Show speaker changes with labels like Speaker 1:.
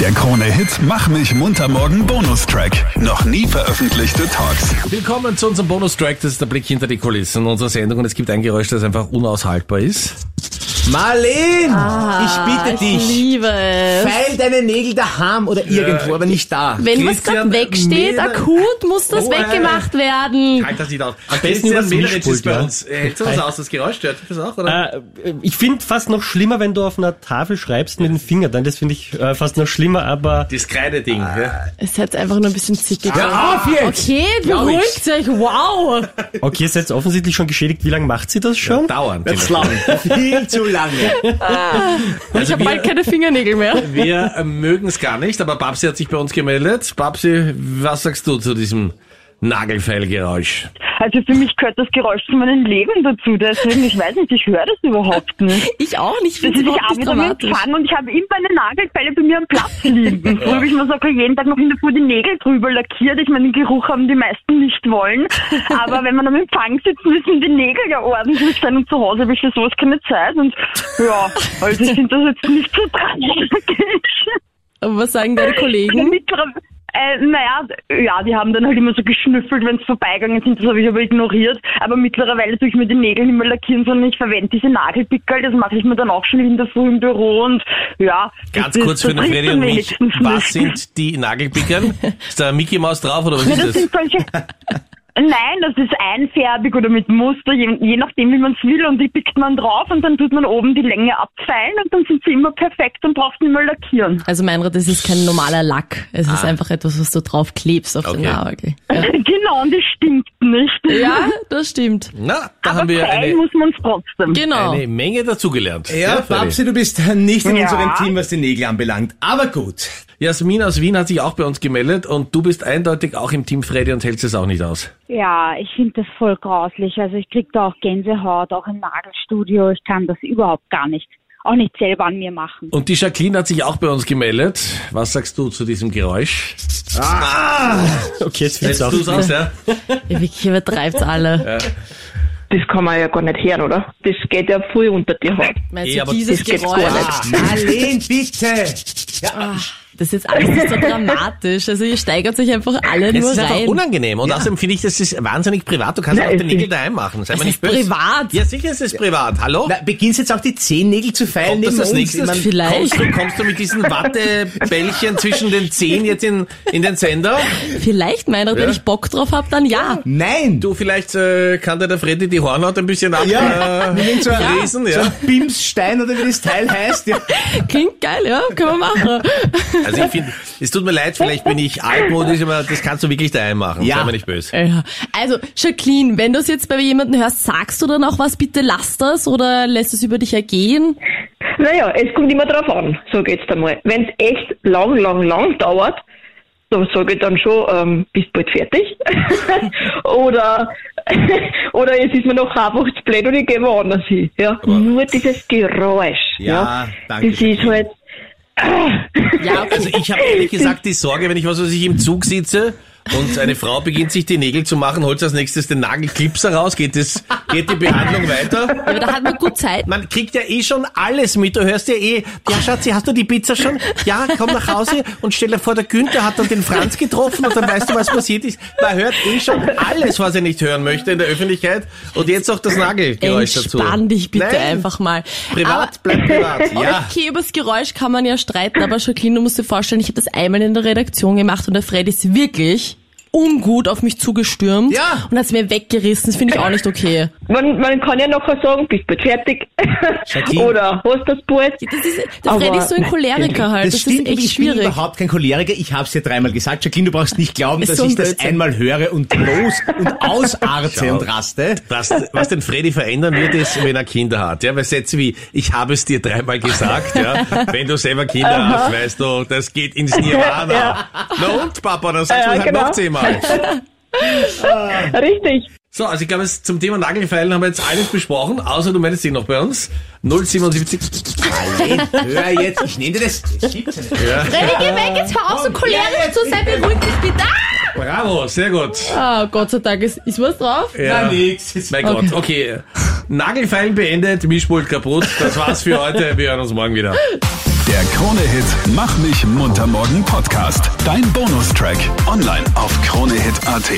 Speaker 1: Der Krone-Hit Mach mich munter morgen Bonustrack. Noch nie veröffentlichte Talks.
Speaker 2: Willkommen zu unserem Bonustrack. Das ist der Blick hinter die Kulissen unserer Sendung und es gibt ein Geräusch, das einfach unaushaltbar ist.
Speaker 3: Marleen, ich bitte
Speaker 4: Ich
Speaker 3: dich,
Speaker 4: liebe es.
Speaker 3: feil deine Nägel daheim oder irgendwo, aber nicht da.
Speaker 4: Äh. Wenn was
Speaker 2: Christian
Speaker 4: gerade wegsteht,
Speaker 2: Meder-
Speaker 4: akut, muss das
Speaker 2: Oh, äh,
Speaker 4: weggemacht werden.
Speaker 2: Halt das nicht aus. Am
Speaker 3: besten
Speaker 2: besten das
Speaker 3: übers
Speaker 2: Mehleritz
Speaker 3: Mischpult,
Speaker 2: ist bei
Speaker 3: ja.
Speaker 2: uns. Äh, Hältst du uns aus, das Geräusch stört dich das auch, oder?
Speaker 5: Äh, ich finde fast noch schlimmer, wenn du auf einer Tafel schreibst mit dem Finger. Dann das finde ich äh, fast noch schlimmer, aber
Speaker 2: Das Kreideding. ja.
Speaker 4: Es hat einfach nur ein bisschen zickig.
Speaker 3: Hör auf jetzt!
Speaker 4: Okay,
Speaker 3: Glaub ich.
Speaker 4: beruhigt euch. Wow.
Speaker 5: okay, ihr seid offensichtlich schon geschädigt. Wie lange macht sie das schon?
Speaker 2: Dauernd. genau.
Speaker 3: Jetzt lang. Viel zu lange.
Speaker 4: Und ich habe
Speaker 2: wir-
Speaker 4: bald keine Fingernägel mehr.
Speaker 2: Wir äh, mögen es gar nicht, aber Babsi hat sich bei uns gemeldet. Babsi, was sagst du zu diesem Nagelfeilgeräusch?
Speaker 6: Also für mich gehört das Geräusch zu meinem Leben dazu. Deswegen, ich weiß nicht, ich höre das überhaupt nicht.
Speaker 4: Ich auch nicht. Ich
Speaker 6: Das
Speaker 4: find's
Speaker 6: ist, ich
Speaker 4: überhaupt
Speaker 6: arbeite
Speaker 4: nicht
Speaker 6: damit
Speaker 4: dramatisch.
Speaker 6: gefangen und ich habe immer meine Nagelfälle bei mir am Platz liegen. Früher habe ich mir so okay, jeden Tag noch in der Früh die Nägel drüber lackiert. Ich meine, den Geruch haben die meisten nicht wollen. Aber wenn man am Empfang sitzt, müssen die Nägel ja ordentlich sein und zu Hause habe ich für sowas keine Zeit. Und ja, also ich finde das jetzt nicht so dramatisch.
Speaker 4: Und was sagen deine
Speaker 6: Eine
Speaker 2: Mhm.
Speaker 4: Kollegen?
Speaker 6: mittlere- Äh, naja, ja, die haben dann halt immer so geschnüffelt, wenn sie vorbeigegangen sind, das habe ich aber ignoriert. Aber mittlerweile tue ich mir die Nägel nicht mehr lackieren, sondern ich verwende diese Nagelpickel, das mache ich mir dann auch schon in der Früh im Büro und ja.
Speaker 2: Ganz
Speaker 6: das-
Speaker 2: kurz
Speaker 6: das
Speaker 2: für den
Speaker 6: riecht
Speaker 2: Freddy
Speaker 6: dann
Speaker 2: und mich.
Speaker 6: wenigstens
Speaker 2: Was
Speaker 6: nicht.
Speaker 2: sind die Nagelpickern? Ist da Mickey Maus drauf oder was
Speaker 6: Na,
Speaker 2: ist
Speaker 6: das
Speaker 2: das?
Speaker 6: sind solche... Nein, das ist einfärbig oder mit Muster, je, je nachdem wie man es will und die pickt man drauf und dann tut man oben die Länge abfeilen und dann sind sie immer perfekt und braucht nicht mehr lackieren.
Speaker 4: Also mein Rat, es ist kein normaler Lack. Es ist einfach etwas, was du drauf klebst auf
Speaker 2: Okay.
Speaker 4: den Nagel. Ja.
Speaker 6: genau, und das stinkt nicht.
Speaker 4: ja, das stimmt.
Speaker 2: Na, da
Speaker 6: Aber
Speaker 2: haben wir
Speaker 6: feilen
Speaker 2: eine,
Speaker 6: muss man es trotzdem.
Speaker 4: Genau.
Speaker 2: eine Menge dazugelernt.
Speaker 3: Ja,
Speaker 2: Freddy?
Speaker 3: Babsi, du bist nicht in
Speaker 6: Ja.
Speaker 3: unserem Team, was die Nägel anbelangt. Aber gut.
Speaker 2: Jasmin aus Wien hat sich auch bei uns gemeldet und du bist eindeutig auch im Team Freddy und hältst es auch nicht aus.
Speaker 7: Ja, ich finde das voll grauslich. Also ich krieg da auch Gänsehaut, auch im Nagelstudio. Ich kann das überhaupt gar nicht, auch nicht selber an mir machen.
Speaker 2: Und die Jacqueline hat sich auch bei uns gemeldet. Was sagst du zu diesem Geräusch?
Speaker 5: Okay, jetzt
Speaker 2: Hältst
Speaker 5: fällt es auf.
Speaker 2: du es aus, ja?
Speaker 4: Ja, Wirklich, ihr übertreibt's alle.
Speaker 8: Das kann man ja gar nicht hören, oder? Das geht ja voll unter die Haut.
Speaker 4: Meinst
Speaker 2: Eh,
Speaker 4: du,
Speaker 2: aber
Speaker 4: dieses
Speaker 8: das gibt's gar
Speaker 4: Geräusch?
Speaker 8: nicht.
Speaker 3: Marleen, bitte!
Speaker 4: Das ist jetzt alles nicht so dramatisch. Also ihr steigert sich einfach alle
Speaker 2: Es
Speaker 4: nur
Speaker 2: ist einfach
Speaker 4: rein.
Speaker 2: unangenehm und außerdem finde ich, das ist wahnsinnig privat. Du kannst
Speaker 8: Ja,
Speaker 2: auch den
Speaker 8: es
Speaker 2: Nägel
Speaker 8: ist-
Speaker 2: daheim machen. Sei
Speaker 4: Es
Speaker 2: mal nicht
Speaker 4: ist
Speaker 2: böse.
Speaker 4: privat.
Speaker 2: Ja, sicher ist es privat. Hallo?
Speaker 3: Na, beginnst jetzt auch die Zehennägel zu feilen
Speaker 2: Kommt das
Speaker 3: neben
Speaker 2: das
Speaker 3: uns?
Speaker 2: nächste?
Speaker 3: Ich mein,
Speaker 4: Vielleicht.
Speaker 2: Kommst du, kommst du mit diesen Wattebällchen zwischen den Zehen jetzt in, in den Sender?
Speaker 4: Vielleicht, mein Rat, wenn
Speaker 2: Ja.
Speaker 4: ich Bock drauf hab, dann ja.
Speaker 3: Nein!
Speaker 2: Du, vielleicht äh, kann dir der Freddy die Hornhaut ein bisschen ab.
Speaker 3: Ja, wir nehmen so ein
Speaker 2: Lesen, ja.
Speaker 3: So ein Bimsstein oder wie das Teil heißt. Ja.
Speaker 4: Klingt geil, ja, können wir machen.
Speaker 2: Also ich finde, es tut mir leid, vielleicht bin ich altmodisch, aber das kannst du wirklich daheim machen.
Speaker 3: Ja.
Speaker 2: Sei mir nicht böse.
Speaker 4: Ja. Also, Jacqueline, wenn du es jetzt bei jemandem hörst, sagst du dann auch was, bitte lass das oder lässt es über dich ergehen?
Speaker 8: Naja, es kommt immer drauf an, sage ich jetzt einmal. Wenn es echt lang, lang, lang dauert, dann sage ich dann schon, ähm, bist bald fertig. oder, oder es ist mir noch einfach zu blöd und ich gehe woanders hin. Ja? Nur dieses Geräusch.
Speaker 3: Ja,
Speaker 8: Ja,
Speaker 3: danke,
Speaker 8: Das ist
Speaker 3: Jacqueline.
Speaker 8: halt.
Speaker 4: Ja,
Speaker 2: Also ich habe ehrlich gesagt die Sorge, wenn ich was weiß ich im Zug sitze und eine Frau beginnt sich die Nägel zu machen, holt als nächstes den Nagelklipser raus, geht, das, geht die Behandlung weiter?
Speaker 4: Aber da hat man gut Zeit.
Speaker 2: Man kriegt ja eh schon alles mit. Du hörst ja eh, ja Schatzi, hast du die Pizza schon? Ja, komm nach Hause und stell dir vor, der Günther hat dann den Franz getroffen und dann weißt du, was passiert ist. Man hört eh schon alles, was er nicht hören möchte in der Öffentlichkeit. Und jetzt auch das Nagelgeräusch dazu.
Speaker 4: Entspann dich bitte
Speaker 2: Nein,
Speaker 4: einfach mal.
Speaker 2: Privat, bleib privat.
Speaker 4: Aber,
Speaker 2: Ja.
Speaker 4: Okay, übers Geräusch kann man ja streiten, aber Jacqueline, du musst dir vorstellen, ich habe das einmal in der Redaktion gemacht und der Fred ist wirklich ungut auf mich zugestürmt
Speaker 3: Ja.
Speaker 4: und hat es mir weggerissen. Das finde ich auch nicht okay.
Speaker 8: Man, man kann ja nachher sagen, bist bald fertig.
Speaker 3: Jacqueline.
Speaker 8: oder hast das bald.
Speaker 4: Das ist, der
Speaker 8: Aber-
Speaker 4: Fred ist so ein Choleriker halt. Das,
Speaker 3: Das stimmt,
Speaker 4: ist echt
Speaker 3: ich bin
Speaker 4: schwierig.
Speaker 3: überhaupt kein Choleriker. Ich habe es dir dreimal gesagt. Jacqueline, du brauchst nicht glauben,
Speaker 4: Ist
Speaker 3: dass
Speaker 4: so ein
Speaker 3: ich das
Speaker 4: Blödsinn.
Speaker 3: einmal höre und los und ausarze
Speaker 2: Schau.
Speaker 3: und raste.
Speaker 2: Was, was den Freddy verändern wird, ist, wenn er Kinder hat. Ja, weil Sätze wie, ich habe es dir dreimal gesagt, ja. Wenn du selber Kinder hast, weißt du, das geht ins Nirvana. Na und, Papa, dann sagst du
Speaker 8: Ja,
Speaker 2: es halt
Speaker 8: genau.
Speaker 2: noch zehnmal.
Speaker 8: Richtig.
Speaker 2: So, also ich glaube, es- zum Thema Nagelfeilen haben wir jetzt alles besprochen, außer du meldest dich noch bei uns. 077.
Speaker 3: Hör jetzt, ich nehme dir das. Das gibt's ja nicht. Oh,
Speaker 4: Freddy, geh weg, jetzt hör auf so cholerisch zu sein, beruhig dich bitte.
Speaker 2: Bravo, sehr gut.
Speaker 4: Ah, Gott sei Dank, ist, ist was drauf?
Speaker 2: Ja.
Speaker 3: Na, nix.
Speaker 2: Mein Gott, okay. Nagelfeilen beendet, Mischpult kaputt. Das war's für heute. Wir hören uns morgen wieder.
Speaker 1: Der Krone-Hit Mach mich munter morgen Podcast. Dein Bonustrack. Online auf kronehit.at.